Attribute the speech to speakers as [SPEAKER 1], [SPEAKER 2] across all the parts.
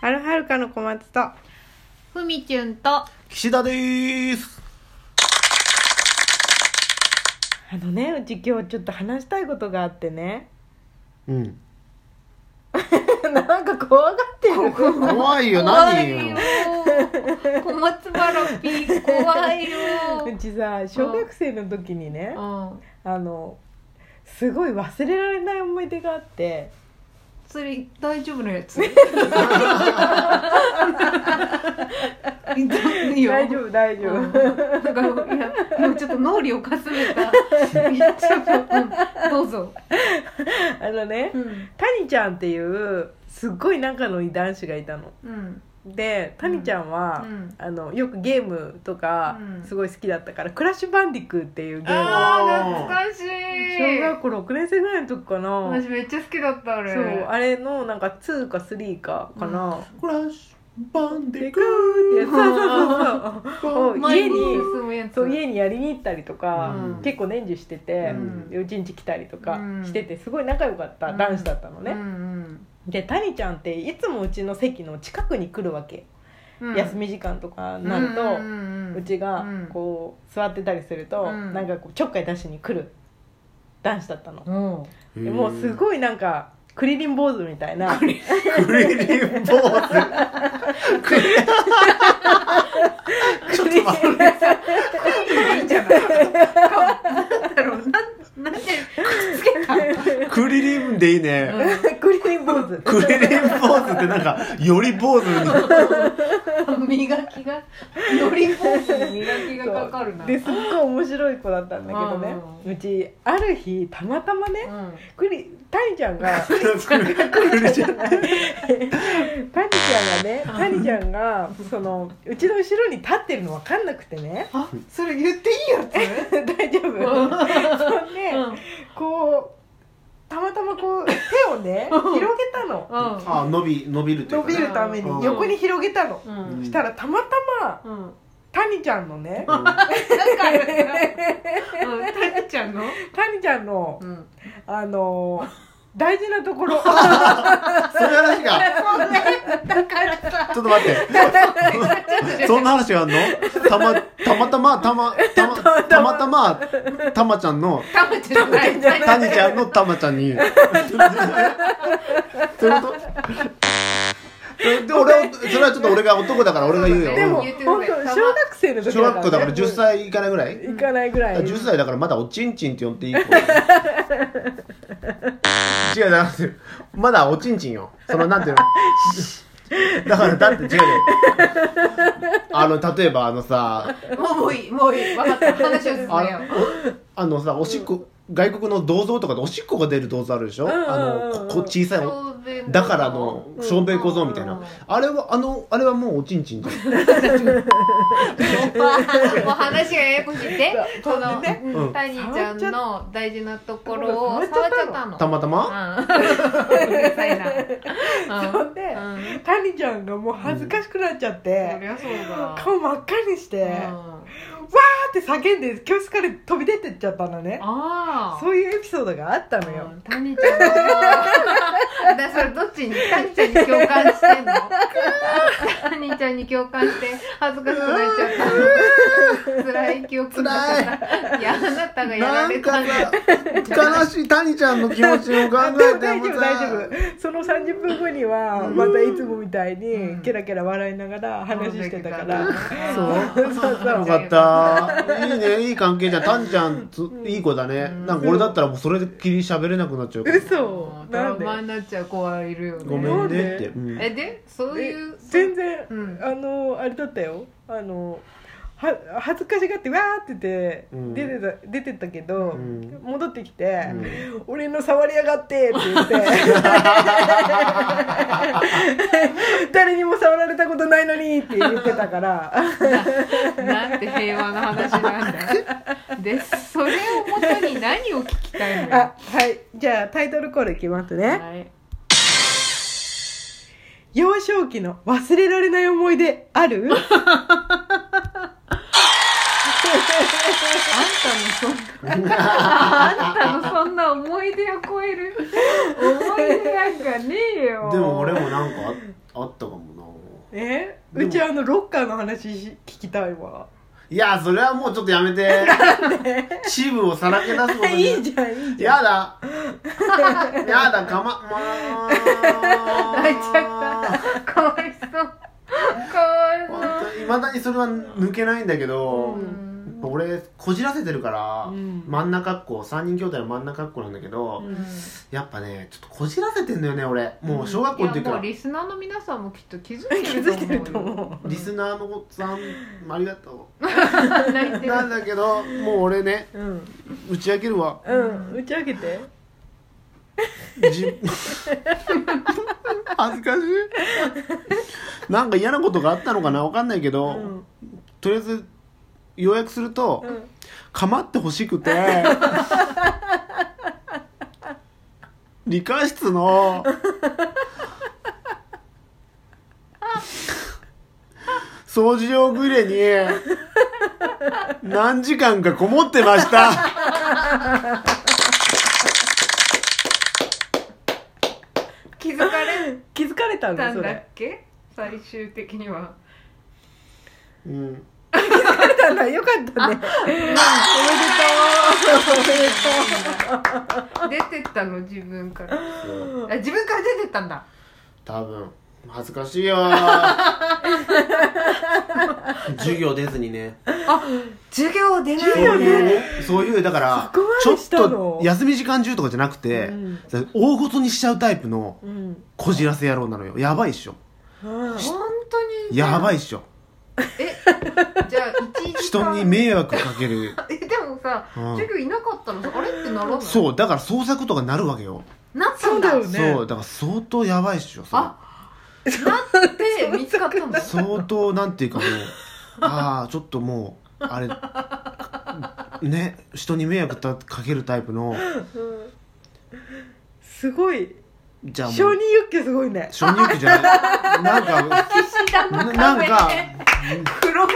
[SPEAKER 1] あるはるかの小松と
[SPEAKER 2] ふみちゅんと
[SPEAKER 3] 岸田でーす
[SPEAKER 1] あのねうち今日ちょっと話したいことがあってね
[SPEAKER 3] うん
[SPEAKER 1] なんか怖がってる
[SPEAKER 3] 怖いよ
[SPEAKER 2] 怖
[SPEAKER 3] 何
[SPEAKER 2] いよ
[SPEAKER 3] よ
[SPEAKER 2] 小松原 P 怖いよ
[SPEAKER 1] うちさ小学生の時にね
[SPEAKER 2] うん
[SPEAKER 1] あのすごい忘れられない思い出があって
[SPEAKER 2] それ大丈夫なや ついいよ
[SPEAKER 1] 大丈夫大丈夫、
[SPEAKER 2] うんなんかいやもうちょっと脳裏をかすめたちょっと、うんどうぞ、
[SPEAKER 1] あのね
[SPEAKER 2] うん
[SPEAKER 1] 谷ちゃんっていうすっごい仲のいい男子がいたの
[SPEAKER 2] うん
[SPEAKER 1] で谷ちゃんは、
[SPEAKER 2] うん
[SPEAKER 1] あのよくゲームとか
[SPEAKER 2] うん
[SPEAKER 1] すごい好きだったから「クラッシュバンディクー」っていうゲームを
[SPEAKER 2] あー懐かし
[SPEAKER 1] 小
[SPEAKER 2] い
[SPEAKER 1] 学校6年生ぐらいの時かな
[SPEAKER 2] 私めっちゃ好きだったあれ
[SPEAKER 1] そうあれのなんか2か3かかな、
[SPEAKER 3] クラッシュバンデ
[SPEAKER 1] で
[SPEAKER 3] ィ
[SPEAKER 1] ク
[SPEAKER 3] ク
[SPEAKER 1] ーってそう そうそう
[SPEAKER 3] ー
[SPEAKER 1] を
[SPEAKER 2] 前
[SPEAKER 1] 家に
[SPEAKER 2] 進むやつ
[SPEAKER 1] そう家にやりに行ったりとか、
[SPEAKER 2] うん
[SPEAKER 1] 結構年中してて、
[SPEAKER 2] うん
[SPEAKER 1] でうちんち来たりとか
[SPEAKER 2] うん
[SPEAKER 1] しててすごい仲良かった
[SPEAKER 2] うん
[SPEAKER 1] 男子だったの
[SPEAKER 2] う
[SPEAKER 1] ね、
[SPEAKER 2] ん
[SPEAKER 1] で谷ちゃんっていつもうちの席の近くに来るわけ、
[SPEAKER 2] うんうん
[SPEAKER 1] 休み時間とかになると、
[SPEAKER 2] んんん
[SPEAKER 1] うちがこう座ってたりすると、
[SPEAKER 2] うん
[SPEAKER 1] なんかこうちょっかい出しに来る男子だったの、
[SPEAKER 2] うん
[SPEAKER 1] でもうす
[SPEAKER 3] い
[SPEAKER 1] ごいなんかクリリン坊主みたいな
[SPEAKER 3] クリリン坊主クリちょっと待って
[SPEAKER 2] いいんじゃないなんだろうなんなんでくっつけた、
[SPEAKER 3] クリリンでいいね、
[SPEAKER 1] クリリン坊主
[SPEAKER 3] クリリン坊主ってなんかより坊主に
[SPEAKER 2] 磨きがよりポーズに磨きがかかるな
[SPEAKER 1] ですっごい面白い子だったんだけどね
[SPEAKER 2] う
[SPEAKER 1] うちある日たまたまね
[SPEAKER 2] うん
[SPEAKER 1] クリ谷ちゃん が
[SPEAKER 3] クリちゃん
[SPEAKER 1] 谷ちゃんがね谷ちゃんがそのうちの後ろに立ってるの分かんなくてね
[SPEAKER 2] あそれ言っていいや つ
[SPEAKER 1] 大丈夫
[SPEAKER 2] うん
[SPEAKER 1] そんでこうたまたまこう手をね
[SPEAKER 2] うん
[SPEAKER 1] 広げたの
[SPEAKER 3] あ伸び伸びるとい
[SPEAKER 1] 伸
[SPEAKER 3] うか
[SPEAKER 1] びるため
[SPEAKER 3] うん
[SPEAKER 1] に横に広げたの
[SPEAKER 2] うんうん
[SPEAKER 3] うん
[SPEAKER 1] したらたまたま
[SPEAKER 2] うん
[SPEAKER 1] 谷ちゃんのね
[SPEAKER 3] うん
[SPEAKER 2] だからうんタちゃんの
[SPEAKER 1] 谷ちゃんの
[SPEAKER 2] ん
[SPEAKER 1] あのー大事なところ
[SPEAKER 3] それ話が
[SPEAKER 2] そうねだからさ
[SPEAKER 3] ちょっと待って。そんな話があんのたま、たまたま、たま、たま、たまたま、たまちゃんの、
[SPEAKER 2] タムちゃんじゃない
[SPEAKER 3] たにちゃんのたまちゃんに。それと、それで俺は、それはちょっと俺が男だから俺が言うよ。
[SPEAKER 1] でも
[SPEAKER 2] 言ってくだ
[SPEAKER 1] 本
[SPEAKER 2] さい
[SPEAKER 1] 当小学生の時
[SPEAKER 3] 小学校だから
[SPEAKER 1] ね
[SPEAKER 3] 10歳いかないぐらい
[SPEAKER 1] 行かないぐらい
[SPEAKER 3] ?10 歳だからまだおちんちんって呼んでいい子。違う、だって、まだおちんちんよ。その、なんていうのだから、だって違うよ。あの、例えばあのさ、
[SPEAKER 2] もうもういいもういい分かった話を進めよ
[SPEAKER 3] あ
[SPEAKER 2] う
[SPEAKER 3] おあのさおしっこ、外国の銅像とかでおしっこが出る銅像あるでしょ、
[SPEAKER 1] うんうんうんうん
[SPEAKER 3] あのここ小さいお
[SPEAKER 2] 小便
[SPEAKER 3] だからの小便小僧みたいな、
[SPEAKER 2] うん
[SPEAKER 3] あれはあのあれはもうおちんちんじゃん
[SPEAKER 2] もう話がややこしいで
[SPEAKER 1] そ
[SPEAKER 2] そうの
[SPEAKER 1] ね
[SPEAKER 3] うん
[SPEAKER 2] タニちゃんの大事なところを触
[SPEAKER 1] 触
[SPEAKER 2] っ
[SPEAKER 1] っ
[SPEAKER 2] ち
[SPEAKER 1] ち
[SPEAKER 2] ゃ
[SPEAKER 1] ゃ
[SPEAKER 2] っ
[SPEAKER 1] ったた
[SPEAKER 2] の
[SPEAKER 3] たまた
[SPEAKER 2] うん
[SPEAKER 3] ま、
[SPEAKER 2] うるさいな
[SPEAKER 1] そんで
[SPEAKER 2] うんうん
[SPEAKER 1] 谷ちゃんがもう恥ずかしくなっちゃっ
[SPEAKER 2] そり
[SPEAKER 1] て
[SPEAKER 2] ゃそうだ
[SPEAKER 1] 顔真っ赤にして
[SPEAKER 2] うん
[SPEAKER 1] わーって叫んで教室から飛び出てっちゃったのね
[SPEAKER 2] ああ
[SPEAKER 1] そういうエピソードがあったのよ
[SPEAKER 2] タニちゃんが だそれどっちにタニちゃんに共感してんのタニちゃんに共感して恥ずかしくなっちゃったの辛い記憶だからいやあなたがやら
[SPEAKER 3] な
[SPEAKER 2] れ
[SPEAKER 3] ん
[SPEAKER 2] た
[SPEAKER 3] か
[SPEAKER 2] んだ
[SPEAKER 3] さ悲しい谷ちゃんの気持ちを考
[SPEAKER 1] あで
[SPEAKER 3] え
[SPEAKER 1] も
[SPEAKER 3] て
[SPEAKER 1] 大丈
[SPEAKER 3] も
[SPEAKER 1] 夫
[SPEAKER 3] さ
[SPEAKER 1] 大丈夫その30分後にはまたいつもみたいにケラケラ笑いながら話してたから
[SPEAKER 2] そう
[SPEAKER 1] そうそう
[SPEAKER 3] よかったいいねいい関係じゃん谷ちゃんついい子だね、なんか俺だったらもうそれでっきり喋れなくなっちゃうから
[SPEAKER 1] 嘘
[SPEAKER 2] ド
[SPEAKER 1] な
[SPEAKER 2] ラ
[SPEAKER 1] んで
[SPEAKER 2] マになっちゃう子はいるよね
[SPEAKER 3] ごめんねって、うん
[SPEAKER 2] えでそういう
[SPEAKER 1] え全然、
[SPEAKER 2] うん
[SPEAKER 1] あのあれだったよあのは恥ずかしがってわーって
[SPEAKER 3] う
[SPEAKER 1] 言っ
[SPEAKER 3] ん
[SPEAKER 1] て出てた,、出てったけど、
[SPEAKER 3] ん
[SPEAKER 1] 戻ってきて、
[SPEAKER 3] ん
[SPEAKER 1] 俺の触りやがって」って 言って誰にも触られたことないのにって言ってたから
[SPEAKER 2] なんて平和な話なんだでそれをもとに何を聞きたいのよ
[SPEAKER 1] あはいじゃあタイトルコールいきますね
[SPEAKER 2] はい
[SPEAKER 1] 「幼少期の忘れられない思い出ある?
[SPEAKER 2] あんたのそんなあんたのそんな思い出を超える思い出なんかねえよ
[SPEAKER 3] でも俺もなんかああったかも
[SPEAKER 1] え
[SPEAKER 3] で
[SPEAKER 1] う
[SPEAKER 3] も
[SPEAKER 1] ちあのロッカーの話し聞きたいわ
[SPEAKER 3] いやそれはもうちょっとやめてチームをさらけ出すこと に
[SPEAKER 1] いいじゃんいいじゃん
[SPEAKER 3] や だやだかまま
[SPEAKER 2] 泣いちゃったかわいそうかわい
[SPEAKER 3] いまだにそれは抜けないんだけ
[SPEAKER 2] そう
[SPEAKER 3] ど、
[SPEAKER 2] うん
[SPEAKER 3] 俺こじらせてるから、
[SPEAKER 1] うん
[SPEAKER 3] 真ん中っ子3人兄弟の真ん中っ子なんだけど、
[SPEAKER 1] うん
[SPEAKER 2] う
[SPEAKER 3] やっぱねちょっとこじらせてんだよね俺もう小学
[SPEAKER 2] ん
[SPEAKER 3] 校
[SPEAKER 2] い
[SPEAKER 3] の
[SPEAKER 2] や
[SPEAKER 3] 時か
[SPEAKER 2] も
[SPEAKER 3] ら
[SPEAKER 2] うリスナーの皆さんもきっと気づ
[SPEAKER 1] 気づ
[SPEAKER 2] い
[SPEAKER 1] い
[SPEAKER 2] て
[SPEAKER 1] て
[SPEAKER 2] る
[SPEAKER 1] る
[SPEAKER 2] と
[SPEAKER 1] と
[SPEAKER 2] 思うよ
[SPEAKER 1] 思う
[SPEAKER 3] リスナーのおっさんありがと
[SPEAKER 2] 泣いうてる
[SPEAKER 3] なんだけどもう俺ね
[SPEAKER 1] うん
[SPEAKER 3] 打ち明けるわ
[SPEAKER 1] うん打ち上げて
[SPEAKER 3] じ恥ずかしいなんか嫌なことがあったのかなわかんないけ
[SPEAKER 1] う
[SPEAKER 3] ど、
[SPEAKER 1] ん
[SPEAKER 3] とりあえず要約すると、
[SPEAKER 1] うん
[SPEAKER 3] 構ってほしくて 理科室の掃除用具入れに何時間かこもってました
[SPEAKER 2] 気づかれ
[SPEAKER 1] 気づかれたん
[SPEAKER 2] た
[SPEAKER 1] だ
[SPEAKER 2] ん
[SPEAKER 1] そ
[SPEAKER 2] だ
[SPEAKER 1] れ
[SPEAKER 2] っけ最終的には
[SPEAKER 3] うん
[SPEAKER 1] 気づかれたんだよかったねおめでとうおめで
[SPEAKER 2] 出てったの自分から
[SPEAKER 3] そう
[SPEAKER 2] あ自分から出てったんだ
[SPEAKER 3] 多分恥ずかしいよ授業出ずにね
[SPEAKER 2] 授業出ない
[SPEAKER 3] そう
[SPEAKER 1] 授業出な
[SPEAKER 3] いう
[SPEAKER 1] い
[SPEAKER 3] ねそういうだから
[SPEAKER 1] そこ
[SPEAKER 3] ち
[SPEAKER 1] ま
[SPEAKER 3] ょ
[SPEAKER 1] で
[SPEAKER 3] っ
[SPEAKER 1] したの
[SPEAKER 3] と休み時間中とかじゃなくて、
[SPEAKER 1] うん
[SPEAKER 3] 大ごとにしちゃうタイプの
[SPEAKER 1] ううん
[SPEAKER 3] こじらせ野郎なのよやばいっしょ
[SPEAKER 1] うん
[SPEAKER 2] 本当に
[SPEAKER 3] やば
[SPEAKER 2] い
[SPEAKER 3] いっしょ
[SPEAKER 2] えじゃあ一時間
[SPEAKER 3] 人に迷惑かけ る
[SPEAKER 2] えでもさ、
[SPEAKER 3] うん
[SPEAKER 2] 授業いなかったのさあれってならない
[SPEAKER 3] そうだから創作とかなるわけよ、
[SPEAKER 2] なったんだ
[SPEAKER 1] そうだよね
[SPEAKER 3] そうだから相当やばいっしょそれ
[SPEAKER 2] あなって見つかったんだ
[SPEAKER 3] 相当なんていう かもうああちょっともうあれね人に迷惑たかけるタイプの
[SPEAKER 1] うんすごい
[SPEAKER 3] じゃあもう
[SPEAKER 1] 承認欲求すごいね
[SPEAKER 3] 承認欲求じゃないなん か
[SPEAKER 2] 岸田の
[SPEAKER 3] な
[SPEAKER 2] 壁
[SPEAKER 3] なんか
[SPEAKER 2] 黒目玉どこ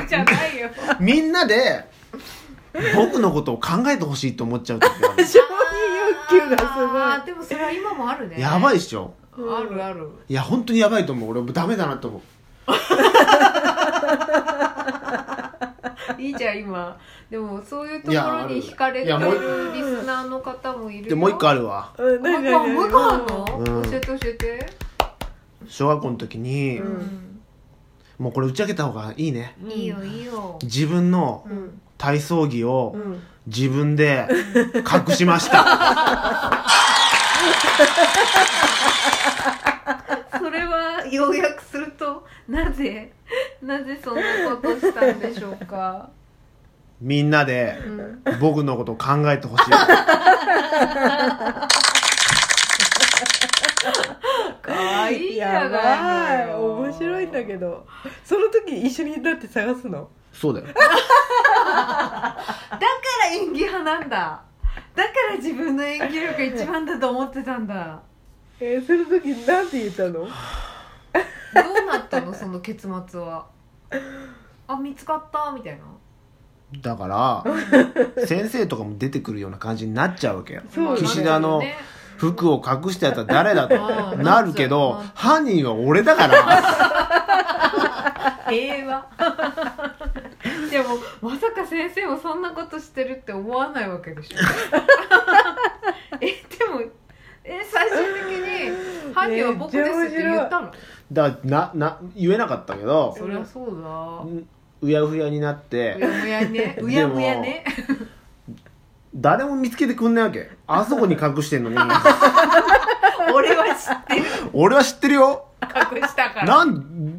[SPEAKER 2] ろじゃないよ
[SPEAKER 3] みんなで僕のことを考えてほしいと思っちゃう時がある
[SPEAKER 1] 承認欲求
[SPEAKER 2] あ
[SPEAKER 1] が
[SPEAKER 2] ーでもそれは今もあるね
[SPEAKER 3] やばい
[SPEAKER 2] い
[SPEAKER 3] っしょ
[SPEAKER 2] あるある
[SPEAKER 3] いや本当にやばいと思う俺もダメだなと思う
[SPEAKER 2] いいじゃん今でもそういうところに惹かれ
[SPEAKER 3] い
[SPEAKER 2] て
[SPEAKER 3] や
[SPEAKER 2] る
[SPEAKER 3] あ
[SPEAKER 2] リ
[SPEAKER 3] るいや
[SPEAKER 2] スナーの方もいるよ
[SPEAKER 3] でもう一個あ
[SPEAKER 2] る
[SPEAKER 3] るわ
[SPEAKER 1] すごいうん
[SPEAKER 2] もう
[SPEAKER 1] 何何
[SPEAKER 2] 一個もう一個あるの、
[SPEAKER 3] うん
[SPEAKER 2] 教えて教えて
[SPEAKER 3] 小学校の時に、
[SPEAKER 1] うん
[SPEAKER 3] もうこれ打ち明けた方がいいね
[SPEAKER 1] 何
[SPEAKER 2] いいよいいよ
[SPEAKER 3] 自分の
[SPEAKER 2] うん
[SPEAKER 3] 体操着を
[SPEAKER 1] うん
[SPEAKER 3] 自分で隠しました、
[SPEAKER 2] それは要約するとなぜなぜそんなことしたんでしょうか、
[SPEAKER 3] みんなで
[SPEAKER 2] うん、
[SPEAKER 3] 僕のことを考えてほしい
[SPEAKER 2] かわいいじ
[SPEAKER 1] や
[SPEAKER 2] ゃない
[SPEAKER 1] ばい面白いんだけどその時一緒にだって探すの
[SPEAKER 3] そうだよ
[SPEAKER 2] だから演技派なんだだから自分の演技力一番だと思ってたんだ
[SPEAKER 1] えー、その時なんて言ったの
[SPEAKER 2] どうなったのその結末はあ見つかったみたいな
[SPEAKER 3] だから先生とかも出てくるような感じになっちゃうわけよ
[SPEAKER 1] そうよね
[SPEAKER 3] 岸田の服を隠したやつは誰だ
[SPEAKER 2] あ
[SPEAKER 3] と
[SPEAKER 2] あ
[SPEAKER 3] なるけど
[SPEAKER 2] なっちゃう
[SPEAKER 3] 犯人は俺だから
[SPEAKER 2] 平 和いやもうまさか先生もそんなことしてるって思わないわけでしょえでもえ最終的に「犯人は僕です」って言ったの
[SPEAKER 3] だからなな言えなかったけど
[SPEAKER 2] そりゃそうだ
[SPEAKER 3] んうやふやになって
[SPEAKER 2] うやむやねうやむやね
[SPEAKER 3] 誰も見つけてくんないわけあそこに隠してんのに
[SPEAKER 2] 俺は知ってる
[SPEAKER 3] 俺は知ってるよ
[SPEAKER 2] 隠したから
[SPEAKER 3] なん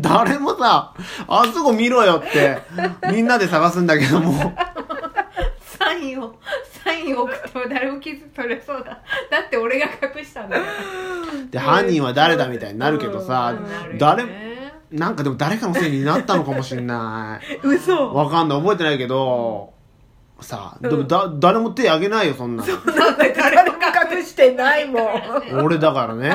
[SPEAKER 3] 誰もさあそこ見ろよってみんなで探すんだけども
[SPEAKER 2] サインをサインを送っても誰も気づ取れそうだだって俺が隠したんだから
[SPEAKER 3] で犯人は誰だみたいになるけどさ
[SPEAKER 1] うんなるよね
[SPEAKER 3] 誰なんかでも誰かのせいになったのかもしんない
[SPEAKER 1] 嘘
[SPEAKER 3] わかんない覚えてないけどさでもだ誰も手挙げないよそんなの
[SPEAKER 2] だって誰
[SPEAKER 1] 誰
[SPEAKER 2] も
[SPEAKER 1] も隠してないもん
[SPEAKER 3] 俺だからね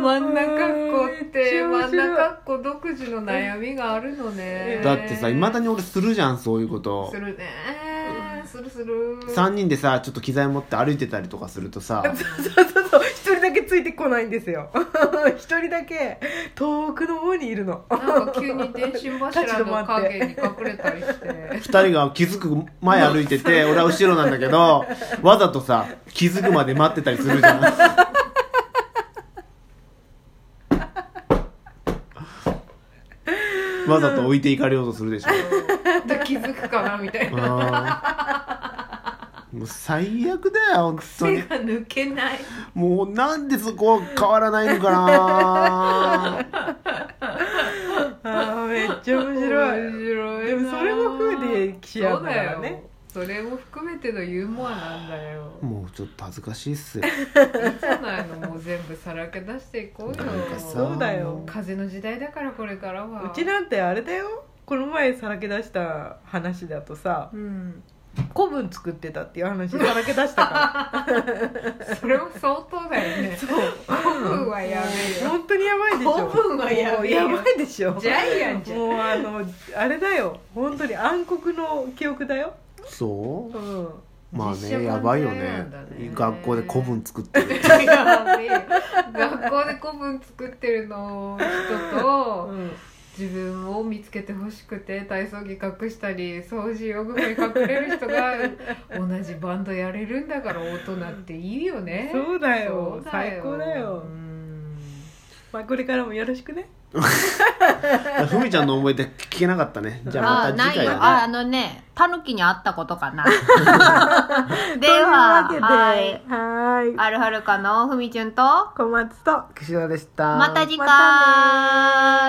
[SPEAKER 2] 真ん中っ子って
[SPEAKER 1] うん
[SPEAKER 2] 真ん中っ子独自の悩みがあるのね
[SPEAKER 3] だってさいまだに俺するじゃんそういうこと
[SPEAKER 2] するねすする
[SPEAKER 3] 3人でさちょっと機材持って歩いてたりとかするとさ
[SPEAKER 1] そうそうそう一人だけついてこないんですよ 一人だけ遠くの方にいるの
[SPEAKER 2] なんか急に電信柱の影に隠れたりして
[SPEAKER 3] 2人が気づく前歩いてて俺は後ろなんだけどわざとさ気づくまで待ってたりするじゃんわざと置いていかれようとするでしょ
[SPEAKER 2] 気づくかなみたいな
[SPEAKER 3] うんもう最悪だよ本当
[SPEAKER 2] 手
[SPEAKER 3] に
[SPEAKER 2] が抜けない
[SPEAKER 3] もうなんでそこ変わらないのかな
[SPEAKER 1] あーめっちゃ面白い
[SPEAKER 2] 面白い
[SPEAKER 1] でもそれも含めてシェアだからね
[SPEAKER 2] そうだよそれも含めてのユーモアなんだよ
[SPEAKER 3] もうちょっと恥ずかしいっすよ
[SPEAKER 2] いいじゃないのもう全部さらけ出していこうよ
[SPEAKER 3] なんかさ
[SPEAKER 1] そうだよ
[SPEAKER 2] 風の時代だからこれからは
[SPEAKER 1] うちなんてあれだよこの前さらけ出した話だとさ
[SPEAKER 2] うん
[SPEAKER 1] 古文作ってたっていう話さらけ出したか
[SPEAKER 2] それも相当だよ ね
[SPEAKER 1] らそう
[SPEAKER 2] 古文はやべえよ
[SPEAKER 1] 本当にやばいでしょ
[SPEAKER 2] 古文はやべえよ
[SPEAKER 1] もうやばいでしょ
[SPEAKER 2] ジャイアンじゃん
[SPEAKER 1] もうあのあれだよ本当に暗黒の記憶だよ
[SPEAKER 3] そう
[SPEAKER 1] うん
[SPEAKER 3] まあね
[SPEAKER 2] 実写版
[SPEAKER 3] やばいよ
[SPEAKER 2] だよ
[SPEAKER 3] ね
[SPEAKER 2] ね
[SPEAKER 3] 学校で古文作ってる
[SPEAKER 2] やべえよ学校で古文作ってるの人と
[SPEAKER 1] うん
[SPEAKER 2] 自分を見つけてほしくて体操着隠したり掃除用具に隠れる人が同じバンドやれるんだから大人っていいよね
[SPEAKER 1] そうだよ
[SPEAKER 2] そう
[SPEAKER 1] 最高だよ
[SPEAKER 2] うん
[SPEAKER 1] まあこれからもよろしくね
[SPEAKER 3] ふみちゃんの思い出聞けなかったねじゃあ
[SPEAKER 4] あ、
[SPEAKER 3] また
[SPEAKER 4] な
[SPEAKER 3] 次
[SPEAKER 4] いよ
[SPEAKER 3] 回。
[SPEAKER 4] あ、
[SPEAKER 3] だ
[SPEAKER 4] あ
[SPEAKER 3] ね
[SPEAKER 4] のね、タヌキに会ったこ とかな。で
[SPEAKER 1] という
[SPEAKER 4] は、
[SPEAKER 1] わけで
[SPEAKER 4] はい。
[SPEAKER 1] はーい
[SPEAKER 4] あるはるかのふみちゅんと、
[SPEAKER 1] 小松と
[SPEAKER 3] 岸田でした
[SPEAKER 4] また次回。
[SPEAKER 1] ま